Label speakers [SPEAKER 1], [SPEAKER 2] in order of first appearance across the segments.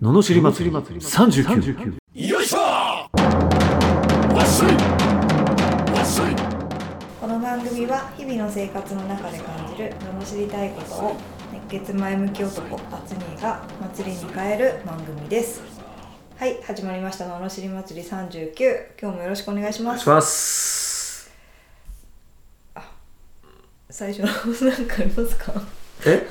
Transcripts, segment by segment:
[SPEAKER 1] ののしり祭り39
[SPEAKER 2] よいしょわっしょいわっしょい
[SPEAKER 3] この番組は日々の生活の中で感じる罵りたいことを熱血前向き男アツニーが祭りに変える番組ですはい始まりました罵り祭り39今日もよろしくお願いします
[SPEAKER 1] します
[SPEAKER 3] 最初のなんかありますか
[SPEAKER 1] え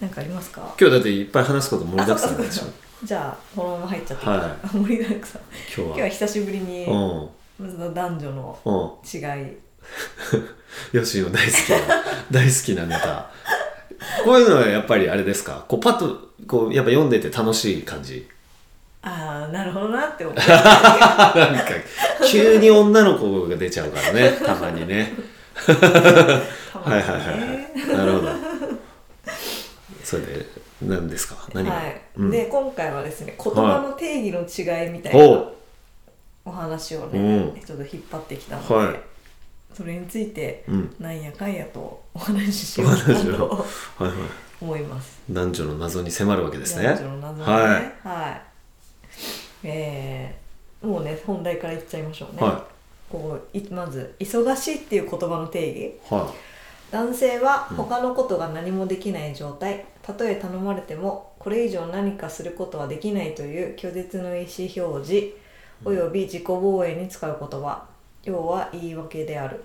[SPEAKER 3] なんかありますか
[SPEAKER 1] 今日だっていっぱい話すこと盛りだくさん
[SPEAKER 3] あ
[SPEAKER 1] でし
[SPEAKER 3] そ
[SPEAKER 1] ょ
[SPEAKER 3] うかじゃあこのまま入っちゃっていい、
[SPEAKER 1] は
[SPEAKER 3] あ盛りだくさん
[SPEAKER 1] 今
[SPEAKER 3] 今
[SPEAKER 1] 日
[SPEAKER 3] 日
[SPEAKER 1] は
[SPEAKER 3] は久しぶりに
[SPEAKER 1] うん
[SPEAKER 3] 男女の
[SPEAKER 1] うん
[SPEAKER 3] 違い
[SPEAKER 1] ヨッシーの大好きな大好きなネタ こういうのはやっぱりあれですかこうパッとこうやっぱ読んでて楽しい感じ
[SPEAKER 3] ああなるほどなって思って
[SPEAKER 1] なんか急に女の子が出ちゃうから ねたまにね
[SPEAKER 3] たま
[SPEAKER 1] はい
[SPEAKER 3] に
[SPEAKER 1] はいはい
[SPEAKER 3] ね
[SPEAKER 1] はいなるほどそれで何ですか何が、
[SPEAKER 3] はい、
[SPEAKER 1] うん
[SPEAKER 3] で今回はですね言葉の定義の違いみたい
[SPEAKER 1] お
[SPEAKER 3] な
[SPEAKER 1] う
[SPEAKER 3] お話をね、
[SPEAKER 1] うん
[SPEAKER 3] ちょっと引っ張ってきたので、
[SPEAKER 1] はい
[SPEAKER 3] それについて
[SPEAKER 1] うん
[SPEAKER 3] なんやかんやとお話ししようかなと
[SPEAKER 1] はいはい
[SPEAKER 3] 思います。
[SPEAKER 1] 男女の謎に迫るわけですね
[SPEAKER 3] 男女の謎のね、はい、えーもうね本題からいっちゃいましょうね。
[SPEAKER 1] は
[SPEAKER 3] こういまず「忙しい」っていう言葉の定義
[SPEAKER 1] いは
[SPEAKER 3] 男性は他のことが何もできない状態、たとえ頼まれてもこれ以上何かすることはできないという拒絶の意思表示および自己防衛に使う言葉要は言い訳である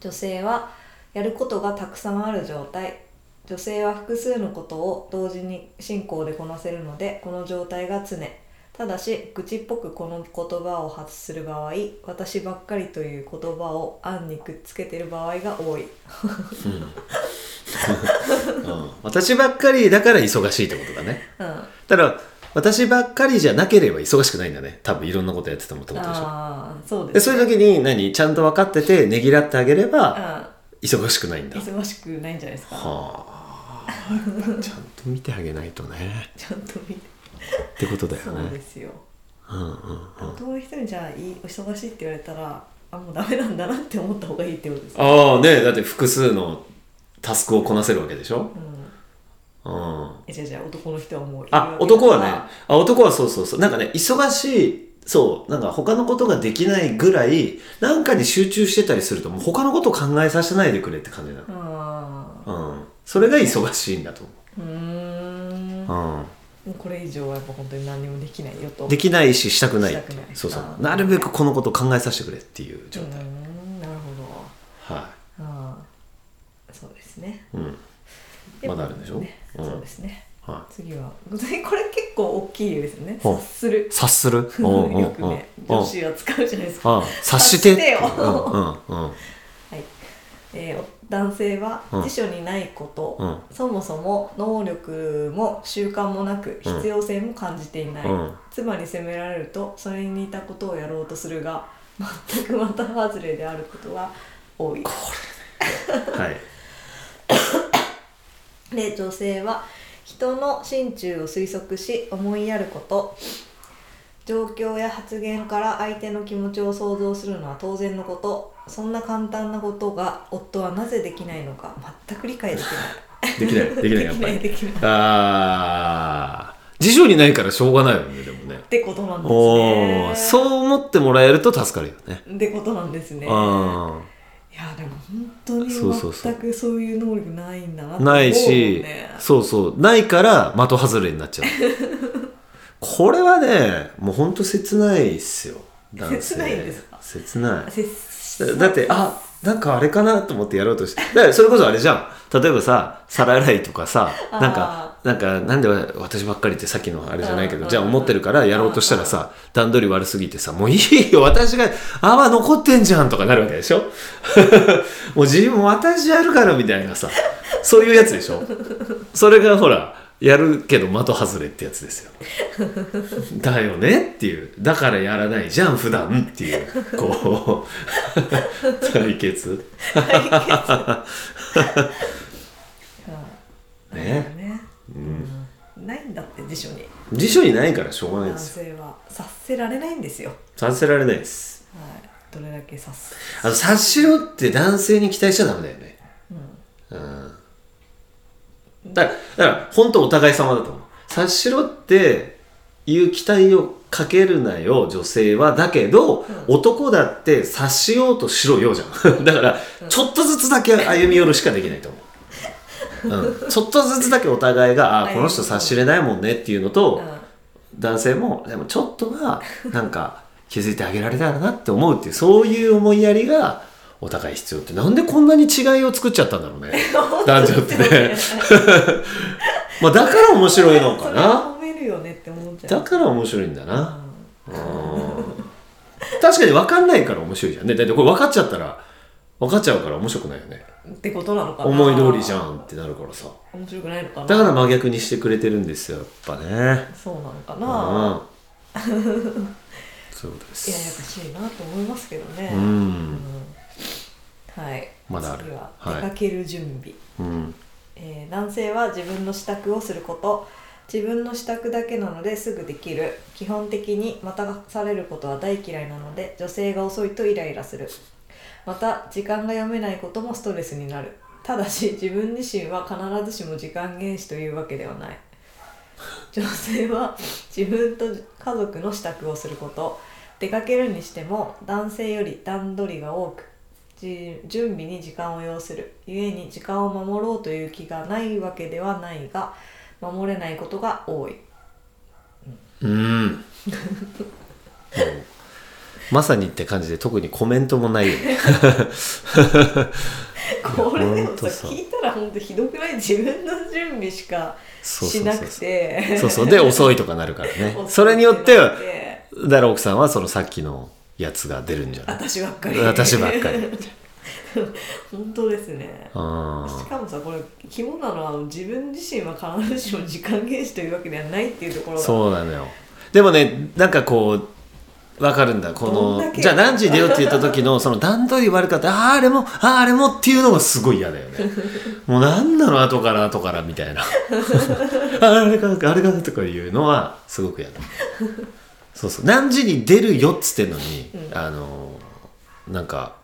[SPEAKER 3] 女性はやることがたくさんある状態女性は複数のことを同時に進行でこなせるのでこの状態が常ただし愚痴っぽくこの言葉を発する場合私ばっかりという言葉を案にくっつけてる場合が多い
[SPEAKER 1] い、うん、 私ばっかりだから忙しいってことだね
[SPEAKER 3] うん、
[SPEAKER 1] ただ私ばっかりじゃなければ忙しくないんだね多分いろんなことやっててもってことでしょ
[SPEAKER 3] ああそう
[SPEAKER 1] で
[SPEAKER 3] です
[SPEAKER 1] そういう時に何ちゃんと分かっててねぎらってあげれば忙しくないんだ
[SPEAKER 3] うん、忙しくないんじゃないですか
[SPEAKER 1] はあちゃんと見てあげないとね
[SPEAKER 3] ちゃんと見て
[SPEAKER 1] ってことだよ
[SPEAKER 3] そうで
[SPEAKER 1] ね
[SPEAKER 3] すよ
[SPEAKER 1] うんうんうん
[SPEAKER 3] 男の人にじゃあいい忙しいって言われたらあもうダメなんだなって思った方がいいってことですね
[SPEAKER 1] ああねだって複数のタスクをこなせるわけでしょ、
[SPEAKER 3] うん
[SPEAKER 1] うん、
[SPEAKER 3] えじゃあじゃあ男の人はもう
[SPEAKER 1] あ、
[SPEAKER 3] 言い訳
[SPEAKER 1] 男
[SPEAKER 3] だ
[SPEAKER 1] はね、あ、男はそうそうそう。なんかね、忙しい、そう、なんか他のことができないぐらい、なんかに集中してたりすると、もう他のことを考えさせないでくれって感じな
[SPEAKER 3] あ
[SPEAKER 1] の。うん。それが忙しいんだと
[SPEAKER 3] ーうーんも
[SPEAKER 1] 思う。
[SPEAKER 3] うこれ以上はやっぱ本当に何にもできないよ
[SPEAKER 1] う
[SPEAKER 3] と
[SPEAKER 1] ん。できないし、したくない。
[SPEAKER 3] したくない
[SPEAKER 1] そうそう
[SPEAKER 3] あ。ー
[SPEAKER 1] なるべくこのことを考えさせてくれっていう状
[SPEAKER 3] うー
[SPEAKER 1] 態。
[SPEAKER 3] んなるほど
[SPEAKER 1] は
[SPEAKER 3] ああそうですね
[SPEAKER 1] い。うん。まだあるんでしょ
[SPEAKER 3] ね
[SPEAKER 1] うん
[SPEAKER 3] そうですね
[SPEAKER 1] は
[SPEAKER 3] 次は次これ結構大きいですよね
[SPEAKER 1] ほう
[SPEAKER 3] 察する
[SPEAKER 1] い。察するうんうんうん。
[SPEAKER 3] よくね
[SPEAKER 1] うん。う
[SPEAKER 3] 女子は使うじゃないですか
[SPEAKER 1] ん。察してっていう。
[SPEAKER 3] 察してよ
[SPEAKER 1] うんうんうん。
[SPEAKER 3] はい、えーお男性は
[SPEAKER 1] うん
[SPEAKER 3] 辞書にないこと、
[SPEAKER 1] うん
[SPEAKER 3] そもそも能力も習慣もなく
[SPEAKER 1] うん
[SPEAKER 3] 必要性も感じていない、
[SPEAKER 1] うん
[SPEAKER 3] 妻に責められるとそれに似たことをやろうとするが全く的外れであることが多い
[SPEAKER 1] はい。
[SPEAKER 3] で女性は人の心中を推測し思いやること状況や発言から相手の気持ちを想像するのは当然のことそんな簡単なことが夫はなぜできないのか全く理解できない
[SPEAKER 1] できない、で きない、やっぱり。
[SPEAKER 3] できないできない
[SPEAKER 1] ああ辞書にないからしょうがないよねでもね
[SPEAKER 3] ってことなんです
[SPEAKER 1] お
[SPEAKER 3] ね
[SPEAKER 1] おそう思ってもらえると助かるよね
[SPEAKER 3] ってことなんですねいや
[SPEAKER 1] あ
[SPEAKER 3] でも本当に
[SPEAKER 1] そうそうそう
[SPEAKER 3] 全くそういう能力ないんだなっ
[SPEAKER 1] あ
[SPEAKER 3] て思うもん
[SPEAKER 1] ないし、
[SPEAKER 3] ね
[SPEAKER 1] そうそうないから的外れになっちゃう これはねもうほんと切ないっすよ男性
[SPEAKER 3] 切ないんですか
[SPEAKER 1] 切ない
[SPEAKER 3] せ
[SPEAKER 1] だだってあなんかあれかなと思ってやろうとしてだからそれこそあれじゃん例えばさ皿洗いとかさ
[SPEAKER 3] あー
[SPEAKER 1] なんかなんかなんで私ばっかりってさっきのあれじゃないけ
[SPEAKER 3] うんうんう
[SPEAKER 1] ど
[SPEAKER 3] ん
[SPEAKER 1] じゃあ思ってるからやろうとしたらさ段取り悪すぎてさもういいよ私が泡残ってんじゃんとかなるわけでしょ もう自分も私やるからみたいなさそういうやつでしょそれがほらやるけど的外れってやつですよだよねっていうだからやらないじゃん普段っていうこう対決
[SPEAKER 3] う ん
[SPEAKER 1] ね
[SPEAKER 3] だよね、うん、ないんだって辞書に
[SPEAKER 1] 辞書にないからしょうがないん
[SPEAKER 3] 男
[SPEAKER 1] ですよ
[SPEAKER 3] 性は察せられないんですよ、
[SPEAKER 1] 察せられないです
[SPEAKER 3] はい、どれだけ察す
[SPEAKER 1] あの察しろって男性に期待しちゃダメだよねうんだからだから本当お互い様だと思う察しろっていう期待をかけるなよ女性はだけど、男だって察しようとしろよじゃん だからちょっとずつだけ歩み寄るしかできないと思う。うん、ちょっとずつだけお互いが「あーこの人察しれないもんね」っていうのと、男性もでもちょっとはなんか気づいてあげられたらなって思うっていうそういう思いやりがお互い必要ってなんでこんなに違いを作っちゃったんだ ろうね男女ってねまあだから面白いのかな
[SPEAKER 3] 褒めるよねって思っちゃ
[SPEAKER 1] だ
[SPEAKER 3] う
[SPEAKER 1] から面白いんだな
[SPEAKER 3] うん
[SPEAKER 1] うん確かに分かんないから面白いじゃんねだってこれ分かっちゃったら分かっちゃうから面白くないよね
[SPEAKER 3] ってことなのかな
[SPEAKER 1] 思い通りじゃんってなるからさ
[SPEAKER 3] 面白くないのかな
[SPEAKER 1] だから真逆にしてくれてるんですよやっぱね
[SPEAKER 3] そうなのか
[SPEAKER 1] うん
[SPEAKER 3] な
[SPEAKER 1] そ ういうことで
[SPEAKER 3] いやや
[SPEAKER 1] す
[SPEAKER 3] かしいなと思いますけどね
[SPEAKER 1] う
[SPEAKER 3] うん
[SPEAKER 1] ん
[SPEAKER 3] はい
[SPEAKER 1] まだある
[SPEAKER 3] 次は
[SPEAKER 1] はい
[SPEAKER 3] 出かける準備、
[SPEAKER 1] うん
[SPEAKER 3] えー男性は自分の支度をすること自分の支度だけなのですぐできる基本的に待たされることは大嫌いなので女性が遅いとイライラするまた時間が読めないこともストレスになるただし自分自身は必ずしも時間厳守というわけではない女性は自分と家族の支度をすること出かけるにしても男性より段取りが多くじ準備に時間を要する故に時間を守ろうという気がないわけではないが守れないことが多い
[SPEAKER 1] うんもうまさにって感じで特にコメントもないよね
[SPEAKER 3] これで
[SPEAKER 1] ほ
[SPEAKER 3] も
[SPEAKER 1] ん
[SPEAKER 3] さ
[SPEAKER 1] とさ
[SPEAKER 3] 聞いたらほんとひどくない自分の準備しか
[SPEAKER 1] そうそうそう
[SPEAKER 3] しな
[SPEAKER 1] そう
[SPEAKER 3] くて
[SPEAKER 1] そうそうで遅いとかなるからね
[SPEAKER 3] 遅 く
[SPEAKER 1] それによって
[SPEAKER 3] なて
[SPEAKER 1] だから奥さんはそのさっきのやつが出るんじゃない
[SPEAKER 3] 私ばっかり
[SPEAKER 1] 私ばっかり
[SPEAKER 3] 本当ですね
[SPEAKER 1] あ
[SPEAKER 3] しかもさこれ肝なのは自分自身は必ずしも時間厳守というわけではないっていうところが
[SPEAKER 1] そうなのよでもねなんかこうわかるんだこ
[SPEAKER 3] ど
[SPEAKER 1] の
[SPEAKER 3] んだけ
[SPEAKER 1] じゃあ何時出ようって言った時 のその段取り悪かったあああれもあああれもっていうのがすごい嫌だ よねもう何なの後から後からみたいな ああれかあれかとかいうのはすごく嫌だそうそう何時に出るよっつってんのに、
[SPEAKER 3] うん
[SPEAKER 1] あのなんか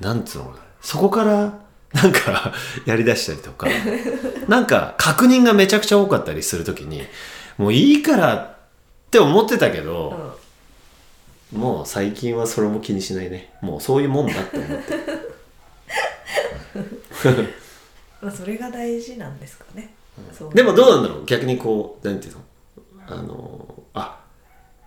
[SPEAKER 1] なんつうのかなそこから なんかやりだしたりと かなんか確認がめちゃくちゃ多かったりするときにもういいからって思ってたけ
[SPEAKER 3] う
[SPEAKER 1] ど、
[SPEAKER 3] ん
[SPEAKER 1] もう最近はそれも気にしないねもうそういうもんだって思って
[SPEAKER 3] まあ、それが大事なんですかね、そう
[SPEAKER 1] でもどうなんだろう逆にこうなんていうのあのあ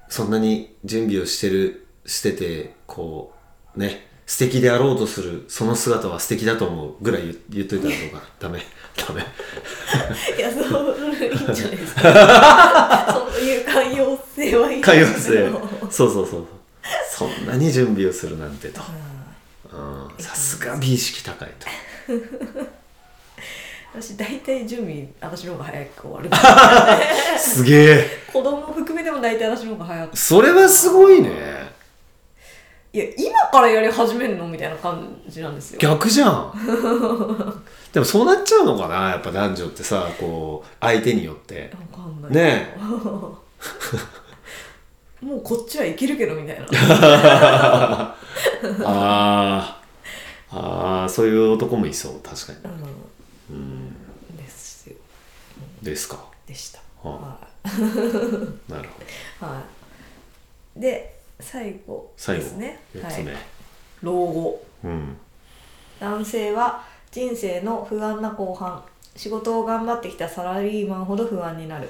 [SPEAKER 1] そんなに準備をしてるしててこうね素敵であろうとするその姿は素敵だと思うぐらい言言っといたらどうかなダメダメ
[SPEAKER 3] いや、そう、いいんじゃないで すか。そういう寛容性はいいんだ
[SPEAKER 1] 会
[SPEAKER 3] け
[SPEAKER 1] 話
[SPEAKER 3] ど。
[SPEAKER 1] 性
[SPEAKER 3] うん
[SPEAKER 1] そうそうそうそんなに準備をするなんてとうんさすが美意識高いと
[SPEAKER 3] 私、大体準備、私の方が早く終わる。
[SPEAKER 1] すげえ
[SPEAKER 3] 子供含めても大体私の方が早く。
[SPEAKER 1] それはすごいね
[SPEAKER 3] いや、今からやり始めるのみたいな感じなんですよ。
[SPEAKER 1] 逆じゃんでもそうなっちゃうのかなやっぱ男女ってさこう相手によって
[SPEAKER 3] わかんない。
[SPEAKER 1] ねえ
[SPEAKER 3] もうこっちはいけるけどみたいな。
[SPEAKER 1] あーあーそういう男もいそう確かに
[SPEAKER 3] うん。ですよ。
[SPEAKER 1] ですか
[SPEAKER 3] でした。
[SPEAKER 1] は
[SPEAKER 3] はい
[SPEAKER 1] なるほど
[SPEAKER 3] はい。で、最後
[SPEAKER 1] 最
[SPEAKER 3] で
[SPEAKER 1] 後
[SPEAKER 3] すね。
[SPEAKER 1] 4つ目、
[SPEAKER 3] はい。老後。
[SPEAKER 1] うん
[SPEAKER 3] 男性は人生の不安な後半仕事を頑張ってきたサラリーマンほど不安になる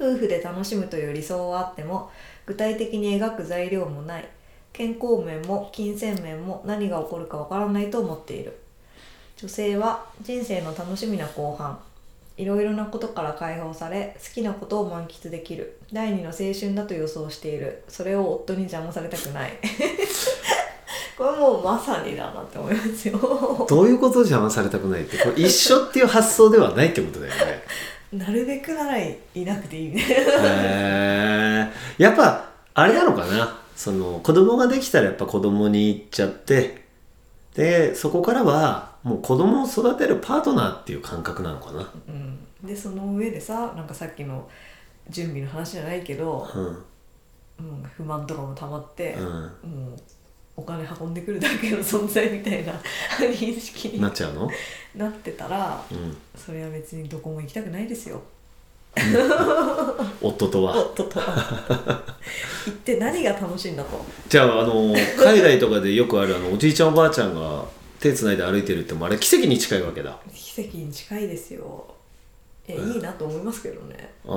[SPEAKER 3] 夫婦で楽しむという理想はあっても具体的に描く材料もない健康面も金銭面も何が起こるかわからないと思っている女性は人生の楽しみな後半いろいろなことから解放され好きなことを満喫できる第二の青春だと予想しているそれを夫に邪魔されたくない これもうまさにだなって思いますよ
[SPEAKER 1] どういうことを邪魔されたくないってこれ一緒っていう発想ではないってことだよね
[SPEAKER 3] なるべくならいなくていいね
[SPEAKER 1] へえやっぱあれなのかなその子供ができたらやっぱ子供に行っちゃってでそこからはもう子供を育てるパートナーっていう感覚なのかな
[SPEAKER 3] うんでその上でさなんかさっきの準備の話じゃないけど、
[SPEAKER 1] うん
[SPEAKER 3] うん、不満とかもたまって、
[SPEAKER 1] う
[SPEAKER 3] もうお金運んでくるだけの 存在みたいな認識
[SPEAKER 1] んなっ
[SPEAKER 3] に
[SPEAKER 1] ちゃうの
[SPEAKER 3] なってたら
[SPEAKER 1] うん
[SPEAKER 3] それは別にどこも行きたくないですよ
[SPEAKER 1] 夫とは
[SPEAKER 3] 夫とは行って何が楽しいんだと
[SPEAKER 1] じゃああの海外とかでよくあるあのおじいちゃんおばあちゃんが手つないで歩いてるってもあれ奇跡に近いわけだ
[SPEAKER 3] 奇跡に近いですよえいいなと思いますけどね
[SPEAKER 1] うん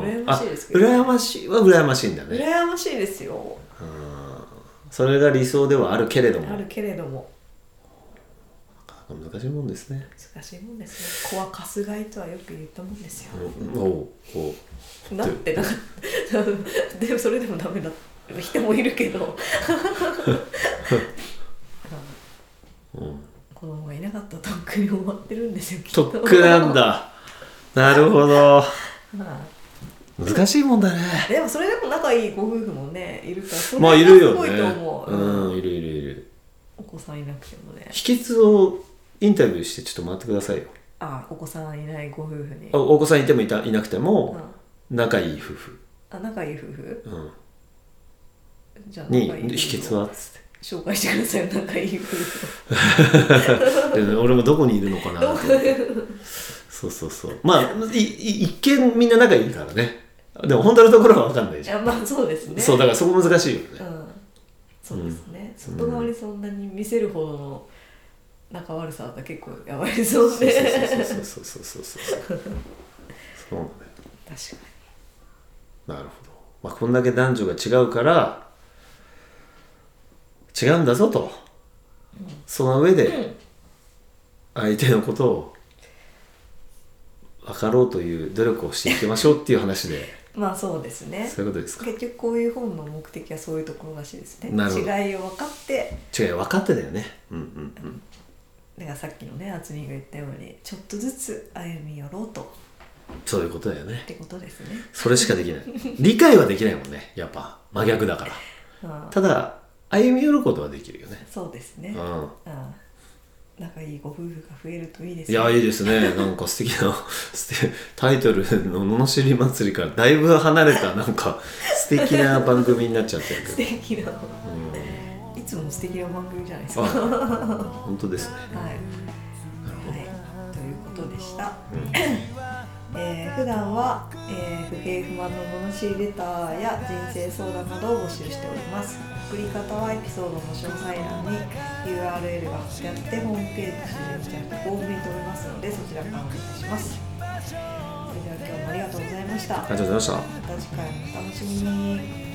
[SPEAKER 1] 羨
[SPEAKER 3] 羨ましいですけど
[SPEAKER 1] 羨ましいは羨ましいんだね
[SPEAKER 3] 羨ましいですよ
[SPEAKER 1] うんそれが理想ではあるけれども
[SPEAKER 3] あるけれども
[SPEAKER 1] 難しいもんですね
[SPEAKER 3] 難しいもんですね子はかすがいとはよく言ったもんですよ、
[SPEAKER 1] うんおうおう
[SPEAKER 3] なってなかった でもそれでもダメだ人もいるけど
[SPEAKER 1] うん
[SPEAKER 3] 子供がいなかったらとっくに終わってるんですよき
[SPEAKER 1] とっくなんだなるほど
[SPEAKER 3] ま
[SPEAKER 1] 難しいもんだね
[SPEAKER 3] あでもそれでも仲いいご夫婦もねいるからそれ
[SPEAKER 1] ま
[SPEAKER 3] が
[SPEAKER 1] あいるよ
[SPEAKER 3] すごい
[SPEAKER 1] ね
[SPEAKER 3] と思う、
[SPEAKER 1] うんいるいるいる
[SPEAKER 3] お子さんいなくてもね
[SPEAKER 1] 秘訣をインタビューしてちょっと待ってくださいよ
[SPEAKER 3] あお子さんいないご夫婦に
[SPEAKER 1] あお子さんいてもいたいなくて
[SPEAKER 3] う
[SPEAKER 1] も
[SPEAKER 3] ん
[SPEAKER 1] 仲いい夫婦、
[SPEAKER 3] あ仲いい夫婦
[SPEAKER 1] うん、
[SPEAKER 3] じゃあ
[SPEAKER 1] に
[SPEAKER 3] 仲いい夫婦を
[SPEAKER 1] 秘訣はつって
[SPEAKER 3] 紹介してくださいよ仲いい夫 婦
[SPEAKER 1] で俺もどこにいるのかなと思ってそうそうそうまあいい一見みんな仲いいからねでも本当のところは分かんないじゃん、
[SPEAKER 3] あまあそうですね
[SPEAKER 1] そうだからそこ難しいよね
[SPEAKER 3] うんそうですね、外側にそんなに見せるほどの仲悪さだったら結構やばいそう
[SPEAKER 1] そう
[SPEAKER 3] で
[SPEAKER 1] そうそうそうそうそうそうそうなんだよ
[SPEAKER 3] 確か
[SPEAKER 1] なるほど、まあ、こんだけ男女が違うから違うんだぞと、その上で相手のことを分かろうという努力をしていきましょうっていう話で
[SPEAKER 3] にまあそうですね
[SPEAKER 1] そういうことですか
[SPEAKER 3] 結局こういう本の目的はそういうところらしいですね
[SPEAKER 1] なるほど
[SPEAKER 3] 違いを分かって
[SPEAKER 1] 違う分かってだよねうんうんうん
[SPEAKER 3] だからさっきのね厚みが言ったようにちょっとずつ歩み寄ろうとっ
[SPEAKER 1] そういうことだよね
[SPEAKER 3] てことですね
[SPEAKER 1] それしかできない理解はできないもんねやっぱ真逆だから
[SPEAKER 3] ああ
[SPEAKER 1] ただ歩み寄ることはできるよね
[SPEAKER 3] そうですね
[SPEAKER 1] う
[SPEAKER 3] あ
[SPEAKER 1] ん
[SPEAKER 3] あ仲いいご夫婦が増えるといいです
[SPEAKER 1] い
[SPEAKER 3] ね
[SPEAKER 1] や、いいですね。なんか素敵な、 素敵タイトルのののしり祭りからだいぶ離れた、なんか素敵な番組になっちゃってる
[SPEAKER 3] 素
[SPEAKER 1] け
[SPEAKER 3] 敵な
[SPEAKER 1] ど。うん。
[SPEAKER 3] いつも素敵な番組じゃないですかはい、
[SPEAKER 1] あ、本当ですね。
[SPEAKER 3] はい、ということでした
[SPEAKER 1] うん
[SPEAKER 3] えー普段は、えー不平不満の罵りレターや人生相談などを募集しております送り方はエピソードの詳細欄に URL が貼ってあってホームページに着フォームに飛べますのでそちらからお願いしますそれでは今日もありがとうございましたま
[SPEAKER 1] ありがとうございました。
[SPEAKER 3] た次回もお楽しみに